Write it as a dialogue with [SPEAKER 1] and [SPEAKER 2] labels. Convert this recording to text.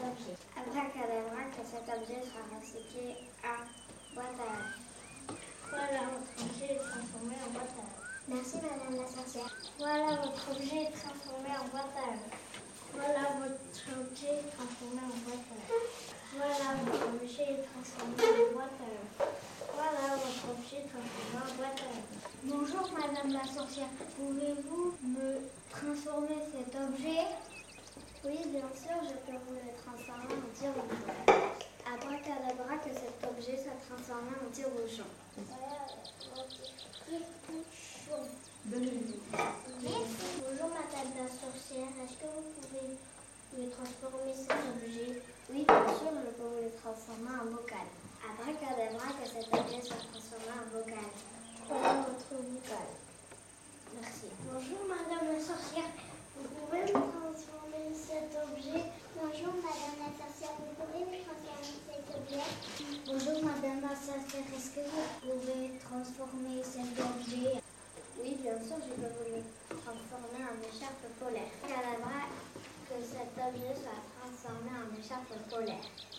[SPEAKER 1] manger.
[SPEAKER 2] Abracadabra, que cet objet soit recyclé à boîte à lettres.
[SPEAKER 1] Voilà votre objet est transformé en boîte à lettres.
[SPEAKER 2] Merci Madame la sorcière. Voilà votre objet est transformé en boîte à lettres.
[SPEAKER 1] Voilà votre objet est transformé en boîte à lettres. Voilà votre objet est transformé en boîte à lettres. Voilà votre objet est transformé en boîte à lettres.
[SPEAKER 2] Bonjour Madame la sorcière. Pouvez-vous me transformer cet objet Oui, bien sûr, je peux vous le transformer en petit rougeon. Abracadabra, que cet objet soit transformé en petit rougeon.
[SPEAKER 1] Voilà votre petit chaud. Merci. Bonjour Madame la sorcière, est-ce que vous pouvez me transformer cet objet
[SPEAKER 2] Oui, bien sûr, je peux vous le transformer en bocal. Abracadabra, que cet objet soit transformé en bocal.
[SPEAKER 1] Voilà votre bocal.
[SPEAKER 2] Merci.
[SPEAKER 1] Bonjour Madame la sorcière, vous pouvez me transformer cet objet
[SPEAKER 2] Bonjour Madame la sorcière, vous pouvez me transformer cet objet Bonjour Madame la sorcière, est-ce que vous pouvez transformer cet objet Oui, bien sûr, je peux vous le transformer en écharpe polaire. Calabra, que cet objet soit transformé en écharpe polaire.